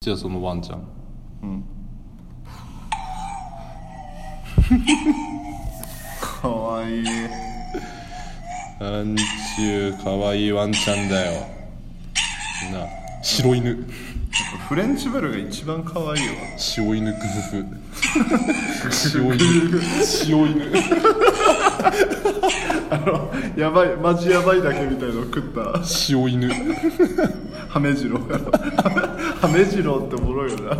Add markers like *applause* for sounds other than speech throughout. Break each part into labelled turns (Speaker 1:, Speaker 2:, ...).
Speaker 1: じゃあそのワンちゃん
Speaker 2: うんかわいい
Speaker 1: なんちゅうかわいいワンちゃんだよなあ白犬
Speaker 2: フレンチベルが一番かわいいわ
Speaker 1: 塩犬グフフ塩犬塩犬
Speaker 2: あのやばいマジやばいだけみたいの食った
Speaker 1: 塩犬
Speaker 2: ハメジロハメジロっておもろいよな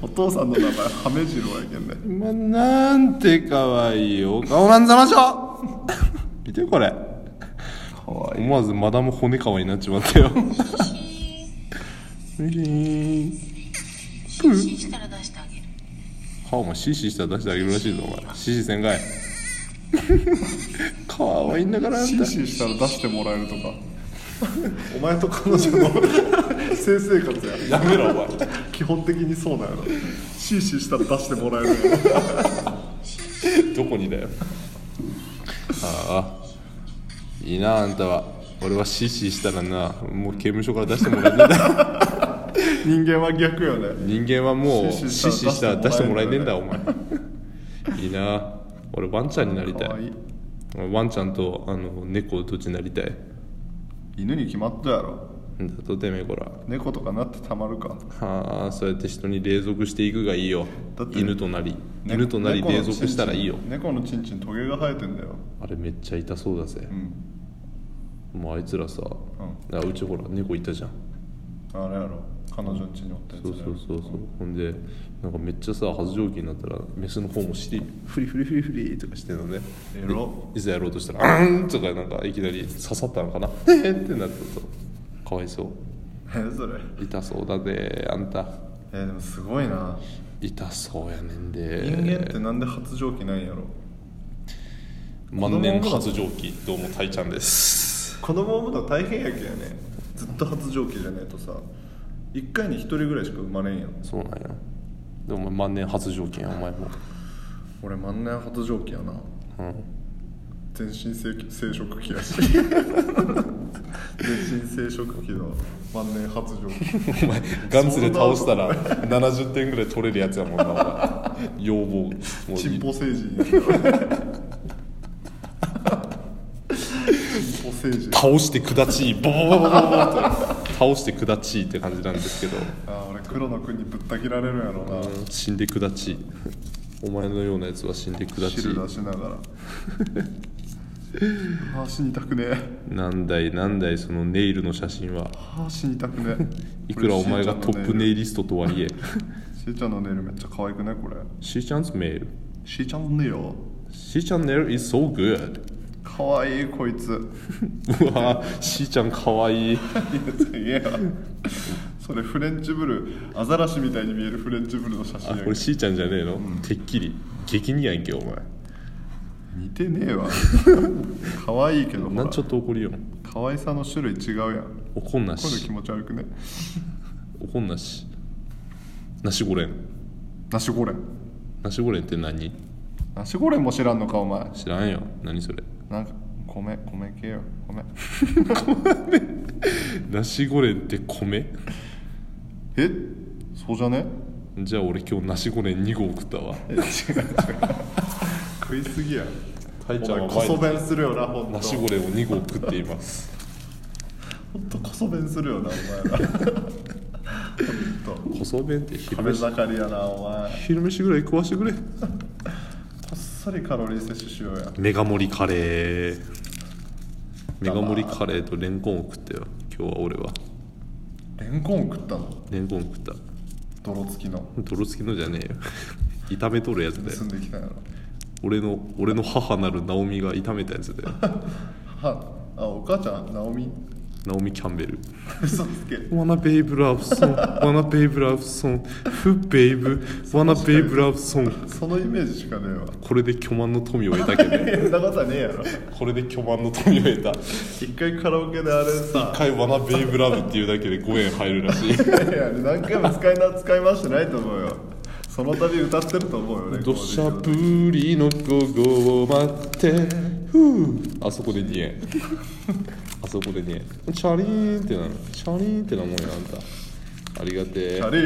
Speaker 2: お父さんの名前ハメジロやけんね
Speaker 1: まあ、なんてかわいいお顔なんざましょ見てこれ
Speaker 2: かわいい
Speaker 1: 思わずマダム骨川になっちまったよ
Speaker 3: シーシーしたら出してあげる
Speaker 1: 歯お前シーシーしたら出してあげるらしいぞお前シーシーせんか *laughs* いかわいいんだからあん
Speaker 2: シー
Speaker 1: た
Speaker 2: シーしたら出してもらえるとかお前と彼女の *laughs* 性生活や
Speaker 1: やめろお前
Speaker 2: 基本的にそうなんやろシーシーしたら出してもらえるやろ
Speaker 1: どこにだよああいいなあんたは俺はシーシーしたらなもう刑務所から出してもらえねえん
Speaker 2: *laughs*
Speaker 1: だ
Speaker 2: 人間は逆よね
Speaker 1: 人間はもうシ
Speaker 2: シ
Speaker 1: ーシ
Speaker 2: ーシ
Speaker 1: ー
Speaker 2: ー
Speaker 1: し
Speaker 2: し
Speaker 1: ら
Speaker 2: たたら
Speaker 1: 出
Speaker 2: 出
Speaker 1: し
Speaker 2: してて
Speaker 1: も
Speaker 2: も
Speaker 1: ら
Speaker 2: ら
Speaker 1: えねえ
Speaker 2: えねえ
Speaker 1: ん
Speaker 2: ん
Speaker 1: だ
Speaker 2: だ
Speaker 1: お前いいなあ俺ワンちゃんになりた
Speaker 2: かわい
Speaker 1: い
Speaker 2: い
Speaker 1: 俺ワンちゃんとあの猫どっちになりたい
Speaker 2: 犬に決まったやろ
Speaker 1: んだとてめえこら
Speaker 2: 猫とかなってたまるか
Speaker 1: はあそうやって人に隷属していくがいいよ
Speaker 2: だって
Speaker 1: 犬となり犬となり
Speaker 2: 猫の
Speaker 1: 隷属したらいいよ
Speaker 2: チンチン猫のチンチントゲが生えてんだよ
Speaker 1: あれめっちゃ痛そうだぜ
Speaker 2: うん
Speaker 1: もうあいつらさ、うあうちほら猫いたじゃん
Speaker 2: あれやろ彼女の家におったやつ
Speaker 1: そ
Speaker 2: だ
Speaker 1: う
Speaker 2: よ
Speaker 1: そうそうそう、ほんでなんかめっちゃさ発情期になったらメスの方も尻フリフリフリフリとかしてるのね
Speaker 2: エロ
Speaker 1: いざやろうとしたら「うん」とかなんかいきなり刺さったのかな「えっ!」ってなったとかわいそ
Speaker 2: えそれ
Speaker 1: う痛そうだねあんた
Speaker 2: えーでもすごいな
Speaker 1: 痛そうやねんで
Speaker 2: 人間ってなんで発情期ないんやろ
Speaker 1: 万年発情期どうもたいちゃんです
Speaker 2: 子供を産むの大変やけやねずっと発情期じゃねえとさ1回に1人ぐらいしか生まれんやん
Speaker 1: そうなんやでもお前万年発情期やお前も
Speaker 2: 俺万年発情期やな
Speaker 1: うん
Speaker 2: 全身生生殖期
Speaker 1: *laughs*
Speaker 2: やし全身生殖期の万年発情期
Speaker 1: お前ガンツで倒したら70点ぐらい取れるやつやもんなお前要望もう
Speaker 2: チンポ成人やチンポ成人
Speaker 1: 倒してくだちいボボボボボボって倒してくだちいって感じなんですけど、
Speaker 2: あー俺黒の国にぶった切られるんやろうな
Speaker 1: 死んでくだちいお前のようなやつは死んでくだちい
Speaker 2: 汁出しながらあー死にたくねえ
Speaker 1: 何台何台そのネイルの写真は
Speaker 2: あー死にたくね
Speaker 1: *laughs*
Speaker 2: え
Speaker 1: いくらお前がトップネイ
Speaker 2: ル
Speaker 1: リストとはいえ
Speaker 2: しーちゃんのネイルめっちゃ可愛くねこれ
Speaker 1: シーちゃん 's ネイル
Speaker 2: しーちゃんのネイル
Speaker 1: シーちゃん 's ネイル is so good
Speaker 2: 可愛いこいつ
Speaker 1: うわシーちゃんかわいい
Speaker 2: いやそれフレンチブルアザラシみたいに見えるフレンチブルの写真
Speaker 1: あ
Speaker 2: や
Speaker 1: これシーちゃんじゃねえの、てっきり激似やんけお前
Speaker 2: 似てねえわ可愛いけどほ
Speaker 1: な
Speaker 2: ら
Speaker 1: んちょっと怒りよ
Speaker 2: 可愛さの種類違うやん
Speaker 1: 怒んな
Speaker 2: これ気
Speaker 1: し
Speaker 2: 持ち悪くね
Speaker 1: 怒んなしなしゴレン
Speaker 2: ナシゴレン
Speaker 1: なしゴレンって何
Speaker 2: ナシゴレンも知らんのかお前
Speaker 1: 知らんよ何それ
Speaker 2: なんか米米系よ米
Speaker 1: ナシゴレンって米
Speaker 2: えそうじゃね
Speaker 1: じゃあ俺今日ナシゴレン2合食ったわ
Speaker 2: え違う違う食いすぎや
Speaker 1: タイち
Speaker 2: お
Speaker 1: ゃん
Speaker 2: 前
Speaker 1: は
Speaker 2: こそ
Speaker 1: 毎日
Speaker 2: 弁するよなほんと
Speaker 1: ナシゴレンを2合食っています
Speaker 2: ほんとこそ弁するよなお前らほんと
Speaker 1: 細麺って昼
Speaker 2: 食べ
Speaker 1: 飯
Speaker 2: 盛りやなお前
Speaker 1: 昼飯ぐらい食わしてくれ
Speaker 2: こっそりカロリー摂取しようや
Speaker 1: メガ盛りカレーメガ盛りカレーとレンコンを食ったよ今日は俺は
Speaker 2: レンコン食ったの
Speaker 1: レンコン食った
Speaker 2: 泥付きの
Speaker 1: 泥付きのじゃねえよ *laughs* 炒めとるやつだよ
Speaker 2: 盗んできたんやろ
Speaker 1: 俺の俺の母なるナオミが炒めたやつだよ
Speaker 2: はあお母ちゃんナオミ
Speaker 1: ナオミ・キャンベル
Speaker 2: 嘘つけ
Speaker 1: Wanna babe love song Wanna babe love song Who babe Wanna babe love song
Speaker 2: そのイメージしかねえわ
Speaker 1: これで巨万の富を得たけど
Speaker 2: そんなことはねえやろ
Speaker 1: これで巨万の富を得た
Speaker 2: 一回カラオケであれさ
Speaker 1: 一回 Wanna babe love っていうだけで5円入るらしい
Speaker 2: いやいやあれ何回も使いな使い回してないと思うよその度歌ってると思うよね
Speaker 1: 土砂降りの午後を待ってふうあそこで2円あそこで2円チャリーンってなのチャリーンってなもんやあんたありがて
Speaker 2: チ
Speaker 1: え
Speaker 2: ャリ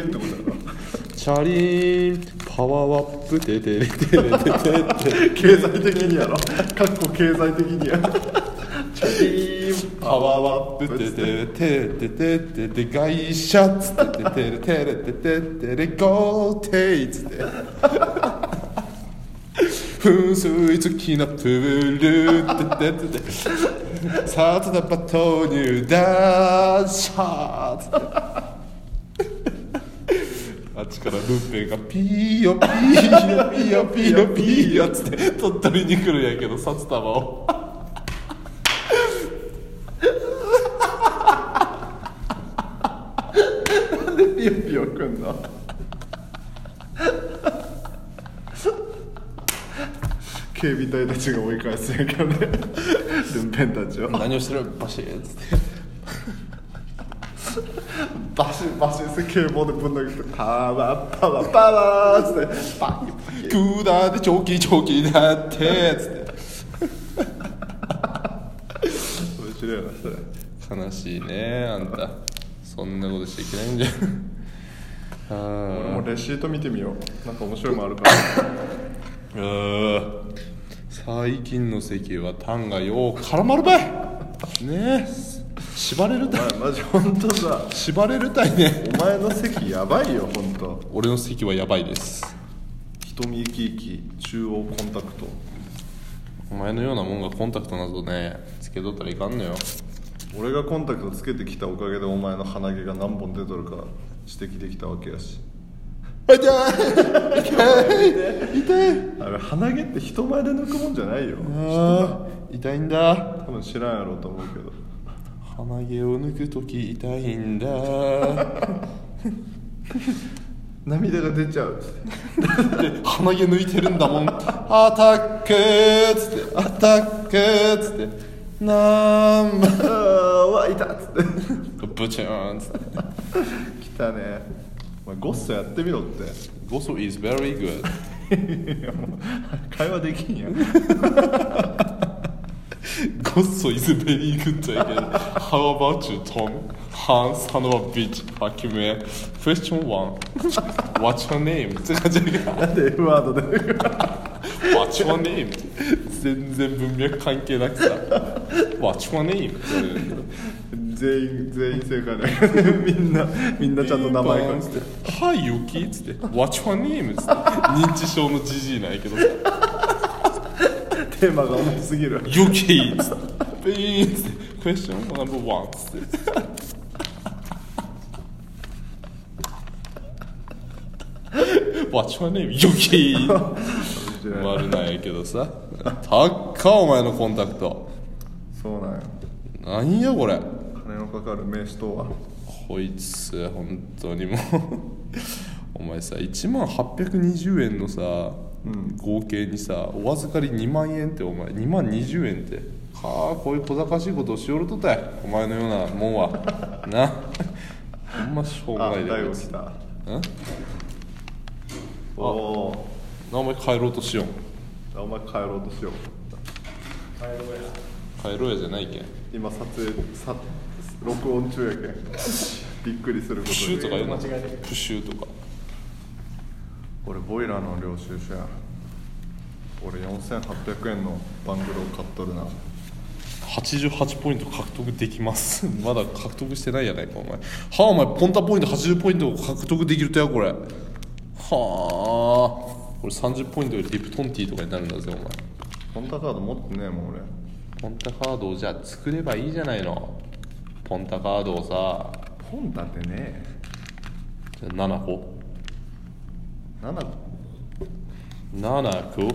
Speaker 2: ーンってことだろ
Speaker 1: チャリーンパワーアップててれてれててて
Speaker 2: 経済的にやろかっこ経済的にやチャリーンパワーアップ
Speaker 1: ててててててて外車っつってててれてれてててれゴーテイつって噴水付きのプールててててサートナバトニューダーシャーつってあっちからルンペンがピーヨピーヨピーヨピーヨピーヨつって鳥取に来るんやけど札束を。
Speaker 2: ピヨピヨくんの警備隊たちが追い返すんやけどねルンペンたちを
Speaker 1: 何をしてるバシッつって
Speaker 2: バシバシって警棒でぶん投げてパワーパワーパワーっつってパキパキ
Speaker 1: クーダーでチョキチョキになってつって
Speaker 2: 面白いなそれ
Speaker 1: 悲しいねあんたそんなことしちゃいけないんじ *laughs* ゃん
Speaker 2: 俺もレシート見てみようなんか面白いもんあるから
Speaker 1: あー最近の席はタンがよう絡まるばいねえ縛れるたい
Speaker 2: お前 *laughs* マジ本当さ
Speaker 1: 縛れるたいね
Speaker 2: お前の席やばいよ本当
Speaker 1: 俺の席はやばいです
Speaker 2: 瞳生き生き中央コンタクト
Speaker 1: お前のようなもんがコンタクトなどねつけとったらいかんのよ
Speaker 2: 俺がコンタクトつけてきたおかげでお前の鼻毛が何本出とるか指摘できたわけやし
Speaker 1: 痛い痛い痛い
Speaker 2: あれ鼻毛って人前で抜くもんじゃないよ
Speaker 1: あー痛いんだ
Speaker 2: 多分知らんやろうと思うけど
Speaker 1: 鼻毛を抜くとき痛いんだで
Speaker 2: 涙が出ちゃう
Speaker 1: 鼻毛抜いてるんだもんアタックーっつってアタックーっつってナンバ
Speaker 2: ああわいたっつって
Speaker 1: ーブチューンっつって
Speaker 2: きたねお前ゴッソやってみろって
Speaker 1: Also is very good
Speaker 2: *laughs* いやもう会話できんや *laughs* ん
Speaker 1: Also is very good だけど How about you Tom? Hans son of a bitch Fuck you man Question one What's your name? って感じが
Speaker 2: なんで F ワードで
Speaker 1: What's your name? 全然文脈関係なくさ What's your name? って
Speaker 2: 全員全員正解だけど *laughs* みんなみんなちゃんと名前書いて
Speaker 1: て「はいユキ」っつって「What's your name」っつって認知症のじじいなんやけどさ
Speaker 2: テーマが重すぎる
Speaker 1: 「ユキ」っつって「ピーン」っつって「Question number one」っつって「What's your name? ユキ」丸なんやけどさ「たっかお前のコンタクト
Speaker 2: そうなんよ
Speaker 1: なんやこれ」
Speaker 2: 金のかかる名刺とは
Speaker 1: こいつ本当にもう *laughs* お前さ1万820円のさ、合計にさお預かり2万円ってお前2万20円ってはあこういう小賢しいことをしおるとたいお前のようなもん
Speaker 3: *laughs*
Speaker 1: はなほんましょうが
Speaker 2: あ
Speaker 1: ないで
Speaker 2: 大
Speaker 1: こい
Speaker 2: 悟来
Speaker 1: つん
Speaker 2: た
Speaker 1: な
Speaker 2: おお
Speaker 1: お前帰ろうとしよん
Speaker 2: ーあお前帰ろうとしよう
Speaker 1: 帰ろうやじゃないけん
Speaker 2: 今撮影さ録音中やけんびっくりするこ
Speaker 1: プシューと
Speaker 2: と
Speaker 1: か言うな
Speaker 3: 間違いない
Speaker 1: プシューとか
Speaker 2: 俺ボイラーの領収書や俺4800円のバングロー買っとるな
Speaker 1: 88ポイント獲得できます *laughs* まだ獲得してないやないかお前はあお前ポンタポイント80ポイントを獲得できるとやこれはあこれ30ポイントよりリプトンティーとかになるんだぜお前
Speaker 2: ホンタカード持ってねえもん俺
Speaker 1: ポンタカードをじゃあ作ればいいじゃないのポンタカードをさ
Speaker 2: ホンタってね
Speaker 1: じゃあ7個
Speaker 2: え7
Speaker 1: 7個7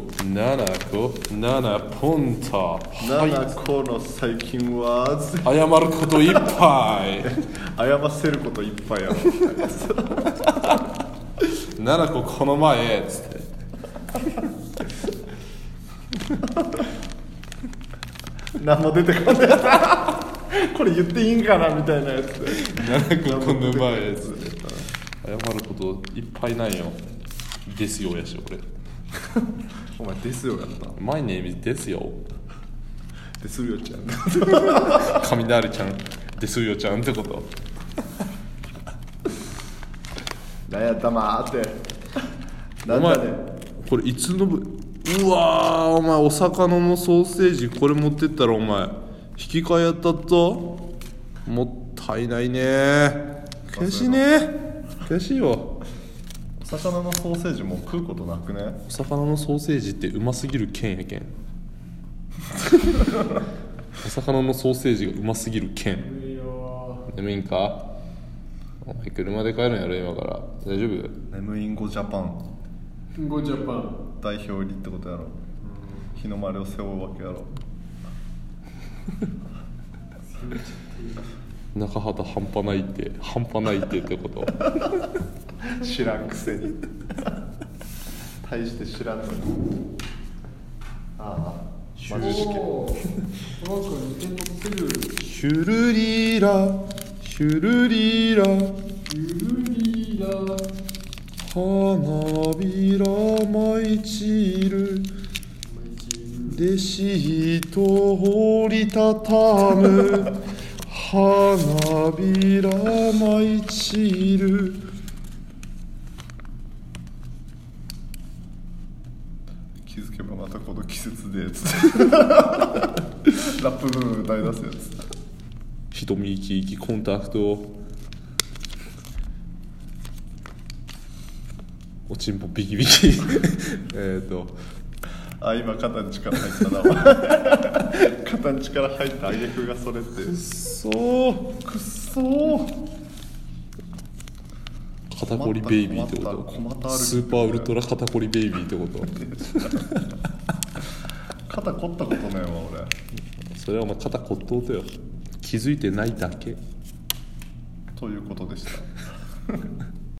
Speaker 1: 個7ポンタは
Speaker 2: 7個の最近はつ
Speaker 1: い謝ることいっぱい
Speaker 2: 謝らせることいっぱいやろ
Speaker 1: 7個この前つって
Speaker 2: 何も出てこないこれ言っていいんかなみたいなやつで
Speaker 1: 7個この前つって謝ることいっぱいないよですよやし俺
Speaker 2: お前ですよやった
Speaker 1: マイネームですよ
Speaker 2: ですよちゃん
Speaker 1: 雷ちゃんですよちゃんってこと
Speaker 2: 何やったまーって
Speaker 1: お
Speaker 2: なん
Speaker 1: 前
Speaker 2: だね
Speaker 1: これいつのぶうわーお前お魚のソーセージこれ持ってったらお前引き換えやったったもったいないね悔しいね悔しいよ
Speaker 2: お魚のソーセージもう食うことなくね
Speaker 1: お魚のソーセージってうますぎる剣やけ
Speaker 2: *laughs*
Speaker 1: んお魚のソーセージがうますぎる剣眠いんかお前車で帰るんやろ今から大丈夫
Speaker 2: 眠いんごジャパン
Speaker 3: ゴジャパン
Speaker 2: 代表入りってことやろ日の丸を背負うわけやろ
Speaker 1: 中畑半端ないって半端ないってってこと
Speaker 2: 知らんくせ *laughs* に大して知らんのにああマジ試験
Speaker 3: *laughs* おーなんか似てんのする
Speaker 1: ヒュルリーラヒュルリーラ
Speaker 3: ゆるりだ
Speaker 1: 花びら舞い散るレシートを折りたたむ花びら舞い散る
Speaker 2: 気づけばまたこの季節でつってラップ部分歌い出すやつ
Speaker 1: 瞳生き生きコンタクトおちんぽビキビキ *laughs* えっと
Speaker 2: あ今肩に力入ったな肩に力入った挙句がそれって
Speaker 1: そう
Speaker 2: くっそー
Speaker 1: 肩こりベイビーってこ
Speaker 2: 困った困った
Speaker 1: と
Speaker 2: 困った
Speaker 1: スーパーウルトラ肩こりベイビーってこと
Speaker 2: 肩凝ったことねえわ俺
Speaker 1: それはお前肩骨頭とよ気づいてないだけ
Speaker 2: ということでした